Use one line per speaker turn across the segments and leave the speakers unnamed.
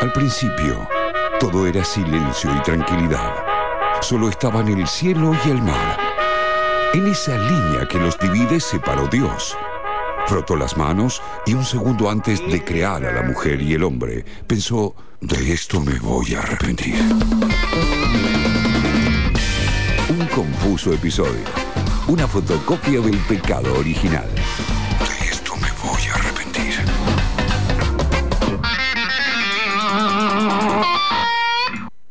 Al principio, todo era silencio y tranquilidad. Solo estaban el cielo y el mar. En esa línea que los divide separó Dios. Frotó las manos y un segundo antes de crear a la mujer y el hombre, pensó, de esto me voy a arrepentir. Un confuso episodio. Una fotocopia del pecado original. De esto me voy a arrepentir.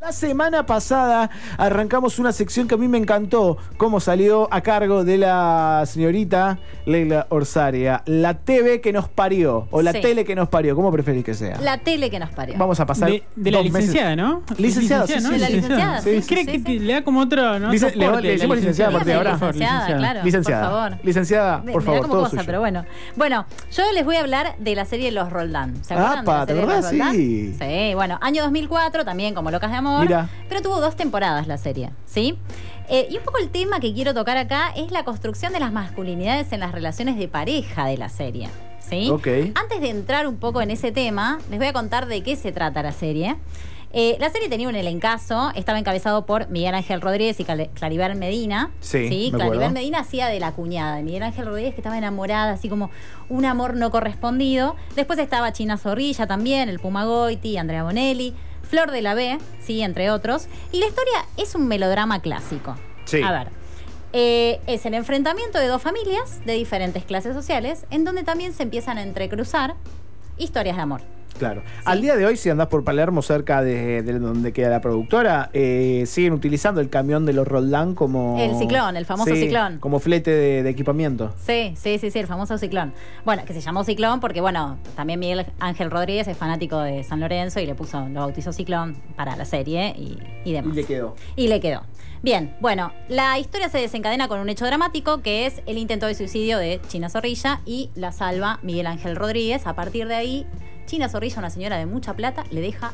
La semana pasada arrancamos una sección que a mí me encantó, cómo salió a cargo de la señorita Leila Orsaria. La TV que nos parió, o la
Sí.
tele que nos parió, como preferís que sea.
La tele que nos parió.
Vamos a pasar.
De, de la
dos meses.
licenciada, ¿no?
Licenciada, sí, sí,
De la licenciada, sí, sí,
¿Cree
sí,
que
sí.
te- le da como otro, no?
Lic-
Soporte
le- le
de la
decimos licenciada a partir de
Dígame,
ahora.
Por favor,
licenciada, claro.
Licenciada.
Por favor.
Licenciada,
Me-
por
me da
favor,
como
todo
cosa,
suyo.
pero bueno. Bueno, yo les voy a hablar de la serie Los Roldán. ¿Se acuerdan
Apa,
de
¿te
la serie Los
acordás?
Roldán?
Sí.
Sí, bueno, año 2004 también, como Locas de Amor.
Mirá.
Pero tuvo dos temporadas la serie, ¿sí? Eh, y un poco el tema que quiero tocar acá es la construcción de las masculinidades en las relaciones de pareja de la serie, ¿sí?
Ok.
Antes de entrar un poco en ese tema, les voy a contar de qué se trata la serie. Eh, la serie tenía un elencazo, estaba encabezado por Miguel Ángel Rodríguez y Cal- Claribel Medina.
Sí, me acuerdo.
Claribel Medina hacía de la cuñada de Miguel Ángel Rodríguez, que estaba enamorada, así como un amor no correspondido. Después estaba China Zorrilla también, el Puma Goiti, Andrea Bonelli, Flor de la B, sí, entre otros. Y la historia es un melodrama clásico.
Sí.
A ver. eh, es el enfrentamiento de dos familias de diferentes clases sociales, en donde también se empiezan a entrecruzar historias de amor.
Claro. Al día de hoy, si andás por Palermo, cerca de, de donde queda la productora, eh, siguen utilizando el camión de los Roldán como.
El ciclón, el famoso
Sí,
ciclón.
Como flete de, de equipamiento.
Sí, sí, sí, sí, el famoso ciclón. Bueno, que se llamó ciclón porque, bueno, también Miguel Ángel Rodríguez es fanático de San Lorenzo y le puso, lo bautizó ciclón para la serie y, y demás.
Y le quedó.
Y le quedó. Bien, bueno, la historia se desencadena con un hecho dramático que es el intento de suicidio de China Zorrilla y la salva Miguel Ángel Rodríguez. A partir de ahí, China Zorrilla, una señora de mucha plata, le deja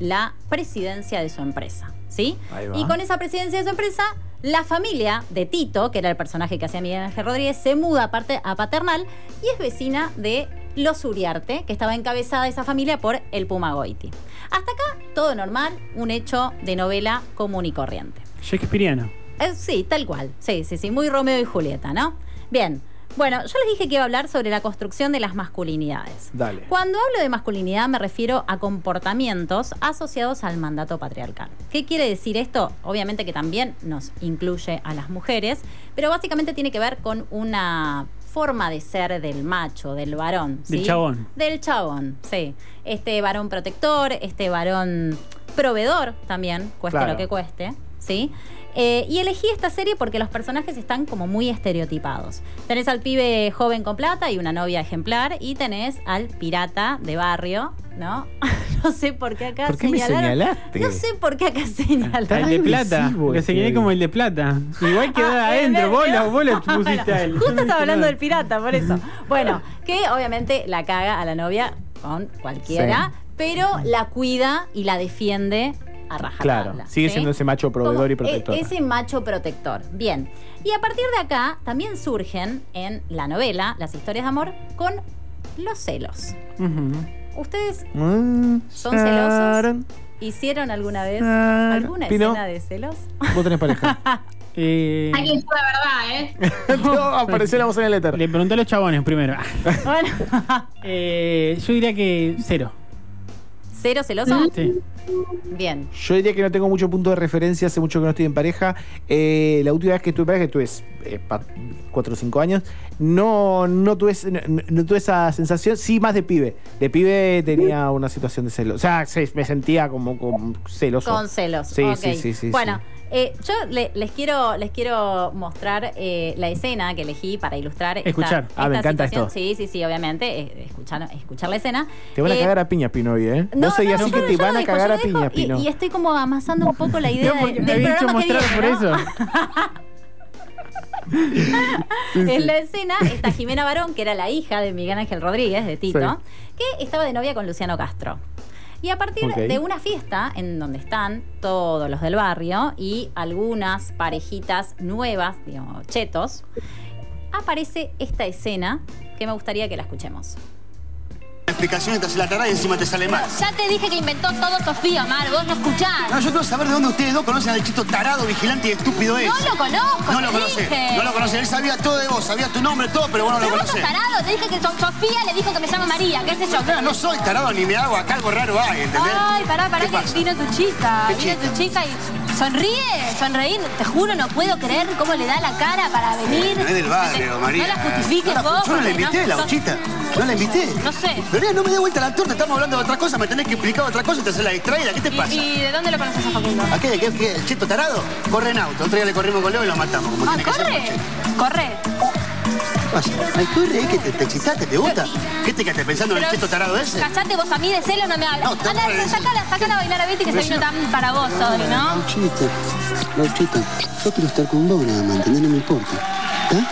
la presidencia de su empresa, ¿sí?
Ahí va.
Y con esa presidencia de su empresa, la familia de Tito, que era el personaje que hacía Miguel Ángel Rodríguez, se muda a, parte- a Paternal y es vecina de Los Uriarte, que estaba encabezada esa familia por el Puma Goiti. Hasta acá, todo normal, un hecho de novela común y corriente.
Shakespeareano.
Eh, sí, tal cual. Sí, sí, sí. Muy Romeo y Julieta, ¿no? Bien. Bueno, yo les dije que iba a hablar sobre la construcción de las masculinidades.
Dale.
Cuando hablo de masculinidad me refiero a comportamientos asociados al mandato patriarcal. ¿Qué quiere decir esto? Obviamente que también nos incluye a las mujeres, pero básicamente tiene que ver con una forma de ser del macho, del varón.
Del
¿sí?
chabón.
Del chabón, sí. Este varón protector, este varón proveedor también, cueste
Claro.
lo que cueste, ¿sí? Eh, y elegí esta serie porque los personajes están como muy estereotipados. Tenés al pibe joven con plata y una novia ejemplar, y tenés al pirata de barrio, ¿no? no sé por qué acá
¿Por qué me
señalaron-
señalaste?
No sé por qué acá
Ah,
señalaron.
El de plata.
agresivo
Lo
este
señalé
hoy.
como el de plata. Igual quedaba
Ah,
adentro.
¿verdad?
Vos lo, vos lo
Bueno,
pusiste a él.
Justo estaba hablando del pirata, por eso. Bueno, que obviamente la caga a la novia con cualquiera, pero la cuida y la defiende a rajatabla.
Claro, sigue
¿sí?
siendo ese macho proveedor
Como
y protector.
e- Ese macho protector. Bien. Y a partir de acá también surgen en la novela, las historias de amor, con los celos.
Ujú.
¿Ustedes
Mm,
son celosos?
charan.
¿Hicieron alguna vez
Ah,
alguna
Pino.
escena de celos?
Vos tenés pareja.
Eh,
Alguien fue de verdad, ¿eh?
No, apareció la voz en el éter.
le pregunté a los chabones primero. Ah.
Bueno,
Eh, yo diría que cero.
¿cero celoso?
Sí.
Bien.
Yo diría que no tengo mucho punto de referencia, hace mucho que no estoy en pareja. Eh, la última vez que estuve en pareja, estuve eh, pa- cuatro o cinco años, no, no, tuve, ese- no, no tuve esa sensación, sí más de pibe. De pibe
Mm.
tenía una situación de celos. O sea, se- me sentía como, como celoso.
Con celos.
Sí,
ok.
sí, sí, sí,
Bueno,
sí.
eh, yo le- les quiero les quiero mostrar eh, la escena que elegí para ilustrar. esta-
Escuchar.
Ah, me encanta
situación.
esto.
Sí, sí, sí, obviamente. eh, escuchar, escuchar la escena.
Te van a
Eh,
cagar a piña, Pino, hoy, ¿eh?
No,
Vos seguís
no,
así
yo
que
no,
te
yo
van
lo
a
dejo,
cagar
yo
a
lo dejo.
piña,
Y-
Pino.
Y, estoy como amasando un poco la idea
No,
de-
porque me
del
había hecho
programa que
mostrar
viene,
por
¿no?
eso.
En la escena está Jimena Barón, que era la hija de Miguel Ángel Rodríguez, de Tito, que estaba de novia con Luciano Castro. Y a partir
Ok.
de una fiesta en donde están todos los del barrio y algunas parejitas nuevas, digamos, chetos, aparece esta escena que me gustaría que la escuchemos.
Escuchame,
explicaciones, te hace la tarada y encima te sale mal.
Ya te dije que inventó todo Sofía, Mar, vos no escuchás.
No, yo quiero saber de dónde ustedes dos conocen al chito tarado, vigilante y estúpido ese.
No lo conozco,
No
te
lo conoce.
dije.
No lo conoce. Él sabía todo de vos, sabía tu nombre, todo, pero vos no lo
Pero vos sos
conocés.
tarado, te dije que so- Sofía le dijo que me llamo María, qué sé yo.
No, no soy tarado ni me hago acá algo raro hay, ¿entendés?
Ay, pará, pará,
¿Qué
que
pasa?
vino tu chica.
¿Qué
Vino
chica?
tu chica y sonríe, sonreír. Te juro, no puedo creer cómo le da la cara para venir.
No es del barrio,
No te-
María.
No la justifiques
No la-
vos.
Yo no la
porque
invité, la
sos-
bochita. No la invité.
No sé.
Pero no me dé vuelta la torta, estamos hablando de otra cosa, me tenés que explicar otra cosa y te haces la distraída. ¿Qué te
¿Y,
pasa? Ah,
y de dónde lo conoces a Facundo? Ah,
¿A qué? ¿Qué? qué? ¿El chito tarado? Corre en auto. Otro día le corrimos con Leo y lo matamos. como
Ah,
tiene que ser
corre.
con Chito.
Corre.
¿Qué pasa? Ay, corre, ¿eh? ¿Qué te, te excitaste? ¿Te gusta? ¿Qué te quedaste pensando en el chito tarado ese?
Callate vos a mí de celo, no me hablas.
No, te
Anda,
voy a decir.
sacala, sacala a bailar a Betty que se vino tan para vos hoy, ¿no?
Chito, no, chito. Yo quiero estar con vos nada más, ¿entendés? No me importa. ¿Está?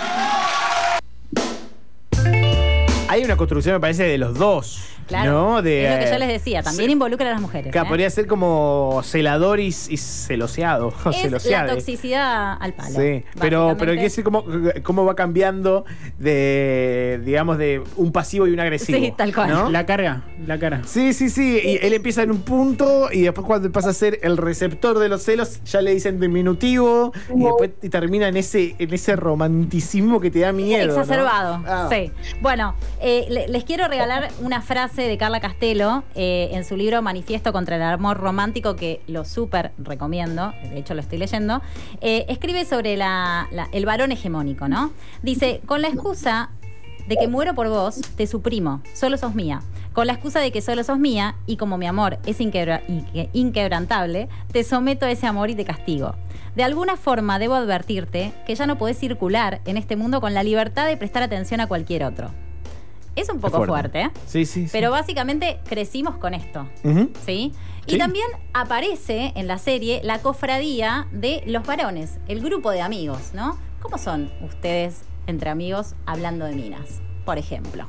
Hay una construcción, me parece, de los dos.
Claro.
¿no? De, eh,
es lo que yo les decía, también
se-
involucra a las mujeres.
Que
¿eh?
podría ser como celador y, y celoseado. o
Es la
celoseade.
toxicidad al palo.
Sí, pero, pero hay
básicamente.
que decir cómo, cómo va cambiando de, digamos, de un pasivo y un agresivo.
Sí, tal cual.
¿no?
La carga, la cara.
Sí, sí, sí. Y él empieza en un punto y después cuando pasa a ser el receptor de los celos, ya le dicen diminutivo y después te termina en ese, en ese romanticismo que te da miedo. ¿no?
Exacerbado,
Ah.
sí. Bueno, eh, le- les quiero regalar una frase de Carla Castelo eh, en su libro Manifiesto contra el amor romántico, que lo súper recomiendo, de hecho lo estoy leyendo. Eh, escribe sobre la- la- el varón hegemónico, ¿no? Dice, con la excusa de que muero por vos, te suprimo, solo sos mía. Con la excusa de que solo sos mía y como mi amor es inquebra- inque- inquebrantable, te someto a ese amor y te castigo. De alguna forma debo advertirte que ya no podés circular en este mundo con la libertad de prestar atención a cualquier otro. Es un poco
Es
fuerte, ¿eh?
Sí, sí. sí.
pero básicamente crecimos con esto.
Ujú.
¿sí? Y
Sí.
también aparece en la serie la cofradía de los varones, el grupo de amigos, ¿no? ¿Cómo son ustedes entre amigos hablando de minas, por ejemplo?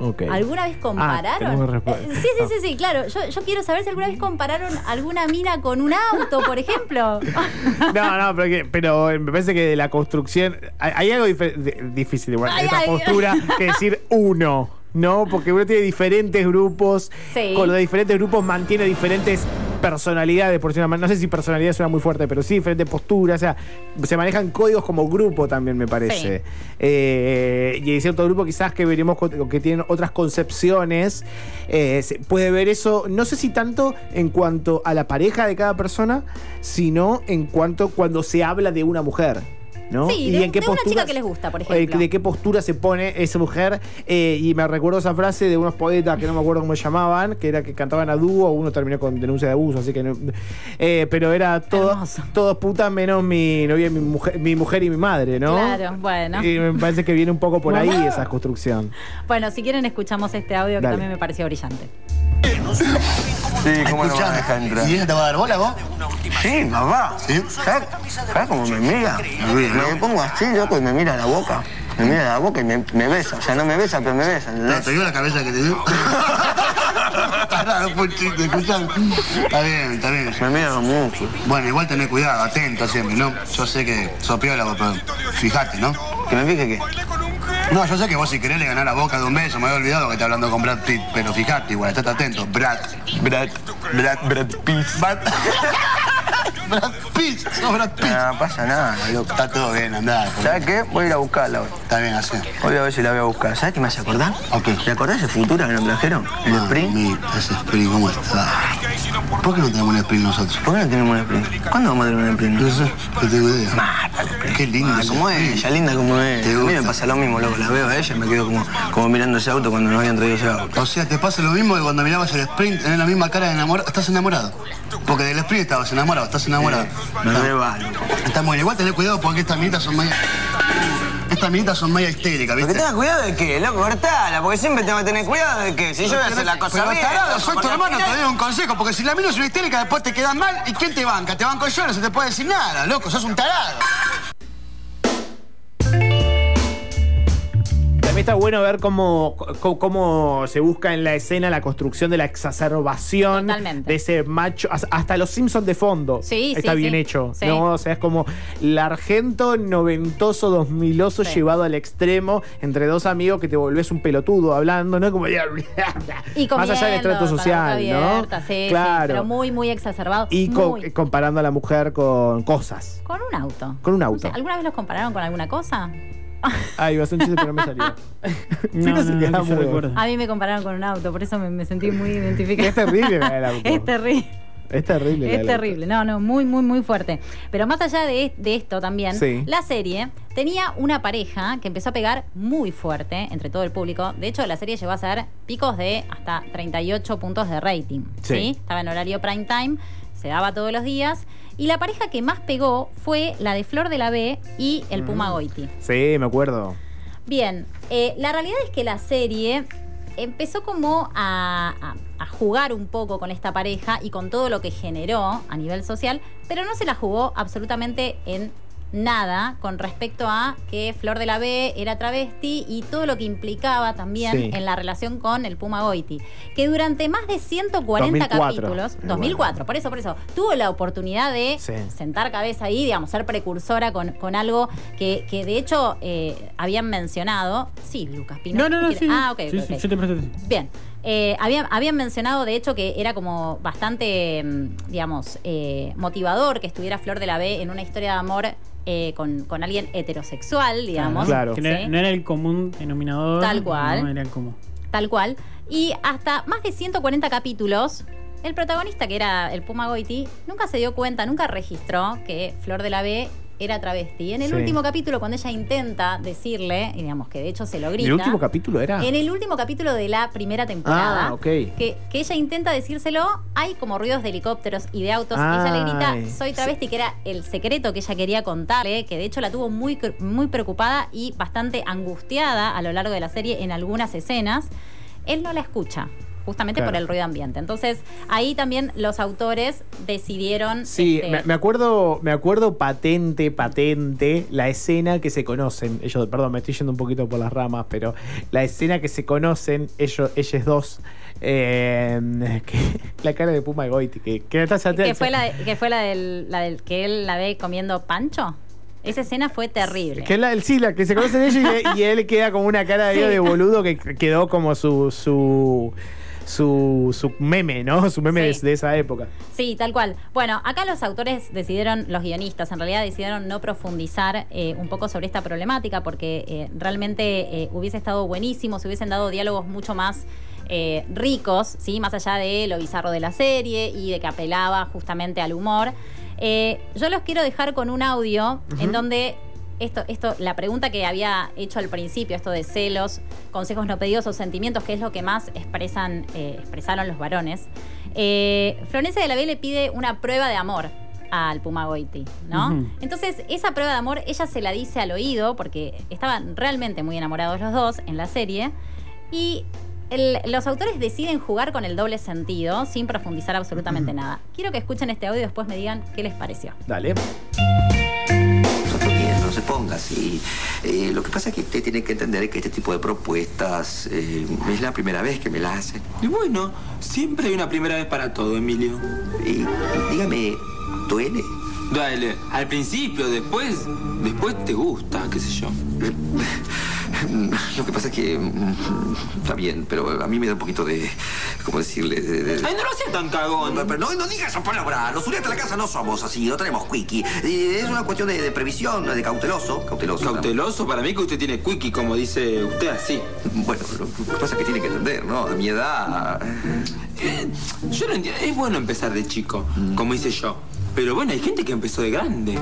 Ok. Ah,
¿Alguna vez
tenemos
compararon?
respuesta. Ah.
Eh, sí, sí, sí, sí, claro. Yo, yo quiero saber si alguna vez compararon alguna mina con un auto, por ejemplo.
No, no, pero, que- pero eh, me parece que de la construcción hay, hay algo dife- de- difícil igual,
Ay,
esta
ay.
postura que decir uno, ¿no? Porque uno tiene diferentes grupos,
Sí.
con los diferentes grupos mantiene diferentes personalidades, por decirlo de una manera. No sé si personalidad suena muy fuerte, pero sí, diferentes posturas, o sea, se manejan códigos como grupo también, me parece. Eh, y hay cierto grupo quizás que veremos co- que tienen otras concepciones. Eh, se puede ver eso, no sé si tanto en cuanto a la pareja de cada persona, sino en cuanto cuando se habla de una mujer. ¿no?
Sí,
y
de-
en qué
de una chica
posturas-
que les gusta, por
eh,
ejemplo.
de qué postura se pone esa mujer. eh, y me recuerdo esa frase de unos poetas que no me acuerdo cómo se llamaban, que era que cantaban a dúo, uno terminó con denuncia de abuso, así que no- eh, pero era todo,
Hermoso.
todos putas menos mi novia, y mi mujer, mi mujer y mi madre, ¿no?
Claro, bueno.
Y me parece que viene un poco por ahí esa construcción.
Bueno, si quieren escuchamos este audio que
Dale.
también me pareció brillante.
Sí, ¿cómo lo
Escuchá,
vas a dejar entrar?
¿Y ella te va a dar bola vos?
Sí, mamá.
¿Sí?
¿Sabes sabes cómo me mira? Me pongo así, loco, y me mira la boca. Me mira la boca y me, me besa. O sea, no me besa, pero me besa.
No,
¿entendés?
te dio la cabeza que te dio. Pará, fue un chiste, escuchame. Está bien, está bien.
Me mira los músculos.
Bueno, igual tenés cuidado, atento siempre, ¿no? Yo sé que sos piola, vos, pero fíjate, ¿no?
¿Que me fije qué?
No, yo sé que vos si querés le ganar a Boca de un beso, me había olvidado que está hablando con Brad Pitt, pero fíjate igual, estate atento, Brad.
Brad, Brad, Brad Pitt.
Brad, Brad Pitt, sos Brad Pitt.
No, pasa nada, loco.
Está todo bien, andá. porque
¿Sabes qué? Voy a ir a buscarla hoy.
Está bien, así.
Hoy a ver si la voy a buscar. ¿Sabes qué me hace acordar?
Ok.
¿Te acordás de Futura que nos trajeron? ¿El Spring?
Mamita, ese Spring, ¿cómo está? ¿Por qué no tenemos un Spring nosotros?
¿Por qué no tenemos un Spring? ¿Cuándo vamos a tener un Spring?
No sé, no tengo idea.
Mátala.
Qué lindo.
Ah,
ese
como
Spring.
ella, linda como es.
¿Te
A mí me
gusta?
pasa lo mismo, loco. La veo a ella y me quedo como, como mirando ese auto cuando no habían traído ese auto.
O sea, te pasa lo mismo que cuando mirabas el sprint, tenés la misma cara de enamorado. Estás enamorado. Porque del sprint estabas enamorado, estás enamorado.
Me
Está-
re va, loco.
Está muy bien. Igual tenés cuidado porque estas minitas son media. Estas minitas son media histéricas,
Porque
¿viste?
tengas cuidado de qué, loco, cortala, porque siempre tengo que tener cuidado de que si yo voy a hacer la cosa
Pero
bien.
tarado,
loco,
soy tu
porque al
hermano, te
final-
doy un consejo, porque si la mina es una histérica, después te quedas mal. ¿Y quién te banca? Te banco yo, no se te puede decir nada, loco, sos un tarado.
También está bueno ver cómo, cómo, cómo se busca en la escena la construcción de la exacerbación
Totalmente.
de ese macho. Has- Hasta los Simpsons de fondo.
Sí,
está
sí,
bien
sí.
hecho.
Sí.
¿no? O sea, es como el argento noventoso, dos miloso
Sí.
llevado al extremo entre dos amigos que te volvés un pelotudo hablando, ¿no? Como
Y
más allá del
comiendo,
estrato
con la boca
social, ¿no?
abierta, sí, sí,
claro.
pero muy, muy exacerbado.
y co-
muy.
comparando a la mujer con cosas.
Con un auto.
Con un
No
auto.
sé, ¿Alguna vez los compararon con alguna cosa?
Ay, iba a hacer un chiste, pero no me salió.
No, no,
queda
no, que yo
muy bueno.
recuerde.
A mí me compararon con un auto, por eso me, me sentí muy identificada.
Este Es terrible la del auto.
Es terrible.
Es terrible. la
Es
del auto.
terrible, no, no, muy, muy, muy fuerte. Pero más allá de, de esto también,
Sí.
la serie tenía una pareja que empezó a pegar muy fuerte entre todo el público. De hecho, la serie llegó a ser picos de hasta 38 puntos de rating.
Sí.
Sí. Estaba en horario prime time, se daba todos los días. Y la pareja que más pegó fue la de Flor de la B y
Mm.
el Puma Goiti.
Sí, me acuerdo.
Bien, eh, la realidad es que la serie empezó como a, a- a jugar un poco con esta pareja y con todo lo que generó a nivel social, pero no se la jugó absolutamente en nada con respecto a que Flor de la B era travesti y todo lo que implicaba también
Sí.
en la relación con el Puma Goiti, que durante más de 140
2004.
capítulos,
Muy
2004, por eso, por eso, tuvo la oportunidad de
Sí.
sentar cabeza ahí, digamos, ser precursora con, con algo que, que de hecho eh, habían mencionado. Sí, Lucas Pino.
No, no, no,
¿Quiere-
sí.
Ah, ok,
sí,
ok,
sí,
ok.
yo te presto atención.
Bien. Eh, habían, habían mencionado, de hecho, que era como bastante, mm, digamos, eh, motivador que estuviera Flor de la B en una historia de amor eh, con, con alguien heterosexual, digamos.
Claro.
Que no,
¿sí?
no era el común denominador.
Tal cual.
No era el común.
Tal cual. Y hasta más de 140 capítulos, el protagonista, que era el Puma Goiti, nunca se dio cuenta, nunca registró que Flor de la B era travesti. Y en el
Sí.
último capítulo, cuando ella intenta decirle, y digamos que de hecho se lo grita.
¿El último capítulo era?
En el último capítulo de la primera temporada,
Ah, ok.
que, que ella intenta decírselo, hay como ruidos de helicópteros y de autos. y ella le
Ay.
grita, soy travesti, que era el secreto que ella quería contarle, que de hecho la tuvo muy, cr- muy preocupada y bastante angustiada a lo largo de la serie en algunas escenas. Él no la escucha. Justamente
Claro.
por el ruido ambiente. Entonces, ahí también los autores decidieron.
Sí,
este,
me, me acuerdo, me acuerdo patente, patente, la escena que se conocen. Ellos, perdón, me estoy yendo un poquito por las ramas, pero la escena que se conocen, ellos, ellas dos, eh, que- la cara de Puma y Goiti, que, que está
que fue la, de- que fue la del, la del que él la ve comiendo pancho. Esa escena fue terrible.
Que es la, sí, la que se conocen ellos y, y él queda como una cara de,
Sí.
de boludo que quedó como su su su, su meme, ¿no? Su meme
Sí.
de, de esa época.
Sí, tal cual. Bueno, acá los autores decidieron, los guionistas en realidad decidieron no profundizar eh, un poco sobre esta problemática porque eh, realmente eh, hubiese estado buenísimo si hubiesen dado diálogos mucho más eh, ricos, ¿sí? más allá de lo bizarro de la serie y de que apelaba justamente al humor. Eh, yo los quiero dejar con un audio en donde esto, esto, la pregunta que había hecho al principio, esto de celos, consejos no pedidos o sentimientos, que es lo que más expresan, eh, expresaron los varones. Eh, Florencia de la B le pide una prueba de amor al Puma Goiti, ¿no?
Ujú.
Entonces, esa prueba de amor ella se la dice al oído porque estaban realmente muy enamorados los dos en la serie y el- los autores deciden jugar con el doble sentido sin profundizar absolutamente nada. Quiero que escuchen este audio y después me digan qué les pareció.
Dale.
no se ponga así. Eh, lo que pasa es que usted tiene que entender que este tipo de propuestas eh, es la primera vez que me las hacen.
Y bueno, siempre hay una primera vez para todo, Emilio.
Y, y dígame, ¿duele?
Dale, al principio, después, después te gusta, qué sé yo.
Lo que pasa es que mm, está bien, pero a mí me da un poquito de, ¿cómo decirle? De- de-
Ay, no lo seas tan cagón.
No, pero no, no diga esa palabra. Los suretas de la casa no somos así, no tenemos quickie. Eh, Es una cuestión de, de previsión, de cauteloso. Cauteloso.
Cauteloso para mí que usted tiene quickie, como dice usted así.
Bueno, lo que pasa es que tiene que entender, ¿no? De mi edad.
Eh, yo no entiendo, es bueno empezar de chico, como hice yo. Pero bueno, hay gente que empezó de grande.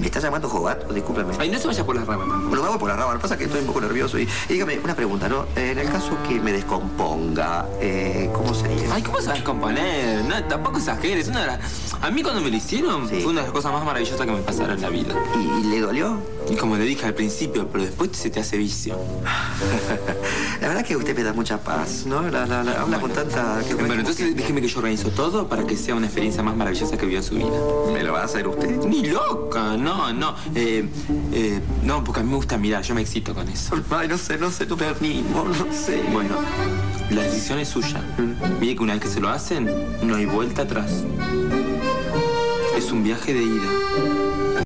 ¿Me está llamando Jogato? Discúlpeme.
Ay, no se vaya por las ramas, mamá.
Bueno, me hago por la rama, lo que pasa es que estoy un poco nervioso. Y, y dígame, una pregunta, ¿no? Eh, En el caso que me descomponga, eh, ¿cómo sería?
Ay, ¿cómo sabes componer? No, tampoco exageres. Una de las- A mí cuando me lo hicieron
Sí.
fue una de las cosas más maravillosas que me pasaron en la vida.
¿Y, y le dolió?
Y como le dije al principio, pero después se te hace vicio.
La verdad que usted me da mucha paz, ¿no? La, la- la- habla con tanta... que-
Bueno, entonces déjeme que yo organizo todo para que sea una experiencia más maravillosa que vivió en su vida.
¿Me lo va a hacer usted?
Ni loca, no, no. Eh, eh, no, porque a mí me gusta mirar, yo me excito con eso.
Ay, no sé, no sé, no me animo, no sé.
Bueno, la decisión es suya. Mire que una vez que se lo hacen, no hay vuelta atrás. Es un viaje de ida.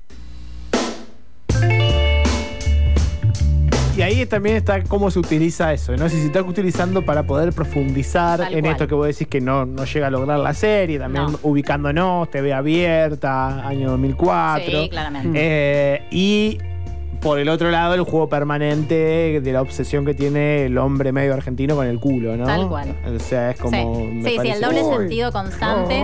Y ahí también está cómo se utiliza eso, ¿no? Si se está utilizando para poder profundizar
Tal
en
cual.
esto que vos decís que no, no llega a lograr la serie, también
No.
ubicándonos, TV abierta, año 2004.
Sí, claramente.
Eh, y por el otro lado, el juego permanente de la obsesión que tiene el hombre medio argentino con el culo, ¿no?
Tal cual.
O sea, es como.
sí,
me
sí, sí,
parece-
el doble
Uy,
sentido constante.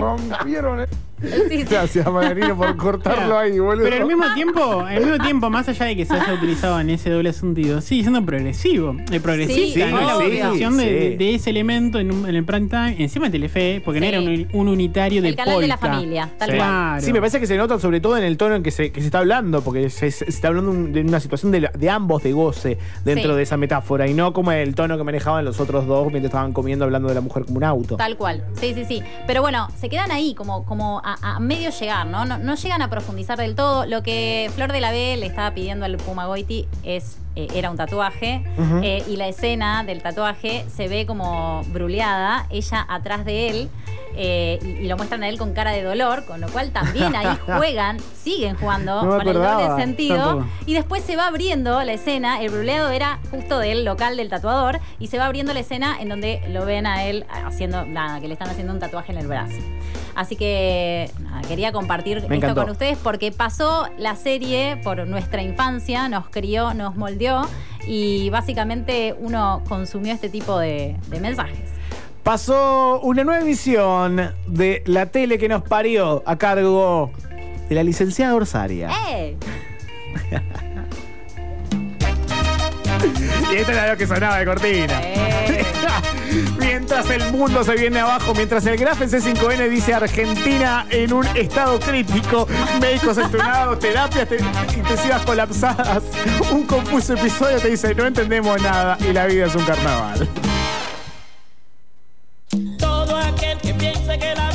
no, ronca, ¿vieron, eh?
Sí, sí.
Gracias, Margarino, por cortarlo ahí, boludo.
Pero al
Ah.
mismo tiempo, al mismo tiempo, más allá de que se haya utilizado en ese doble sentido, sigue siendo progresivo. El progresista,
Sí,
¿no? La
obvio.
utilización de,
Sí.
de- de ese elemento en, un- en el prime time, encima de Telefe, porque no
Sí.
era un, un unitario de
El canal de la
Polka.
familia, tal
Sí.
cual.
Claro.
Sí, me parece que se nota sobre todo en el tono en que se, que se está hablando, porque se, se está hablando un- de una situación de, la- de ambos de goce dentro
Sí.
de esa metáfora y no como el tono que manejaban los otros dos mientras estaban comiendo hablando de la mujer como un auto.
Tal cual, sí, sí, sí. Pero bueno, se quedan ahí como, como a, a medio llegar, ¿no? ¿no? no llegan a profundizar del todo. Lo que Flor de la B le estaba pidiendo al Pumagoiti es, eh, era un tatuaje
Ujú.
eh, y la escena del tatuaje se ve como bruleada, ella atrás de él. eh, y, y lo muestran a él con cara de dolor, con lo cual también ahí juegan, siguen jugando
No me
con el doble
acordaba,
sentido.
tampoco.
Y después se va abriendo la escena, el bruleado era justo del local del tatuador, y se va abriendo la escena en donde lo ven a él haciendo, nada, que le están haciendo un tatuaje en el brazo. Así que nada, quería compartir esto
encantó.
con ustedes porque pasó la serie por nuestra infancia, nos crió, nos moldeó y básicamente uno consumió este tipo de, de mensajes.
Pasó una nueva emisión de la tele que nos parió a cargo de la licenciada Orsaria.
¡Eh!
Y esto era lo que sonaba de cortina.
¡Eh!
mientras el mundo se viene abajo, mientras el Graf en C5N dice Argentina en un estado crítico, médicos entunados, terapias te- intensivas colapsadas, un confuso episodio te dice no entendemos nada y la vida es un carnaval.
Todo aquel que piense que la